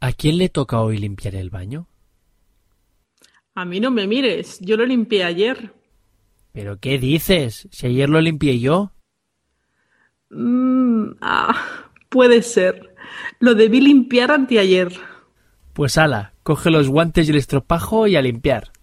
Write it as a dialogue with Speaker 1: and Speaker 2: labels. Speaker 1: ¿A quién le toca hoy limpiar el baño?
Speaker 2: A mí no me mires, yo lo limpié ayer.
Speaker 1: ¿Pero qué dices? Si ayer lo limpié yo.
Speaker 2: Mm, ah, puede ser. Lo debí limpiar anteayer.
Speaker 1: Pues ala, coge los guantes y el estropajo y a limpiar.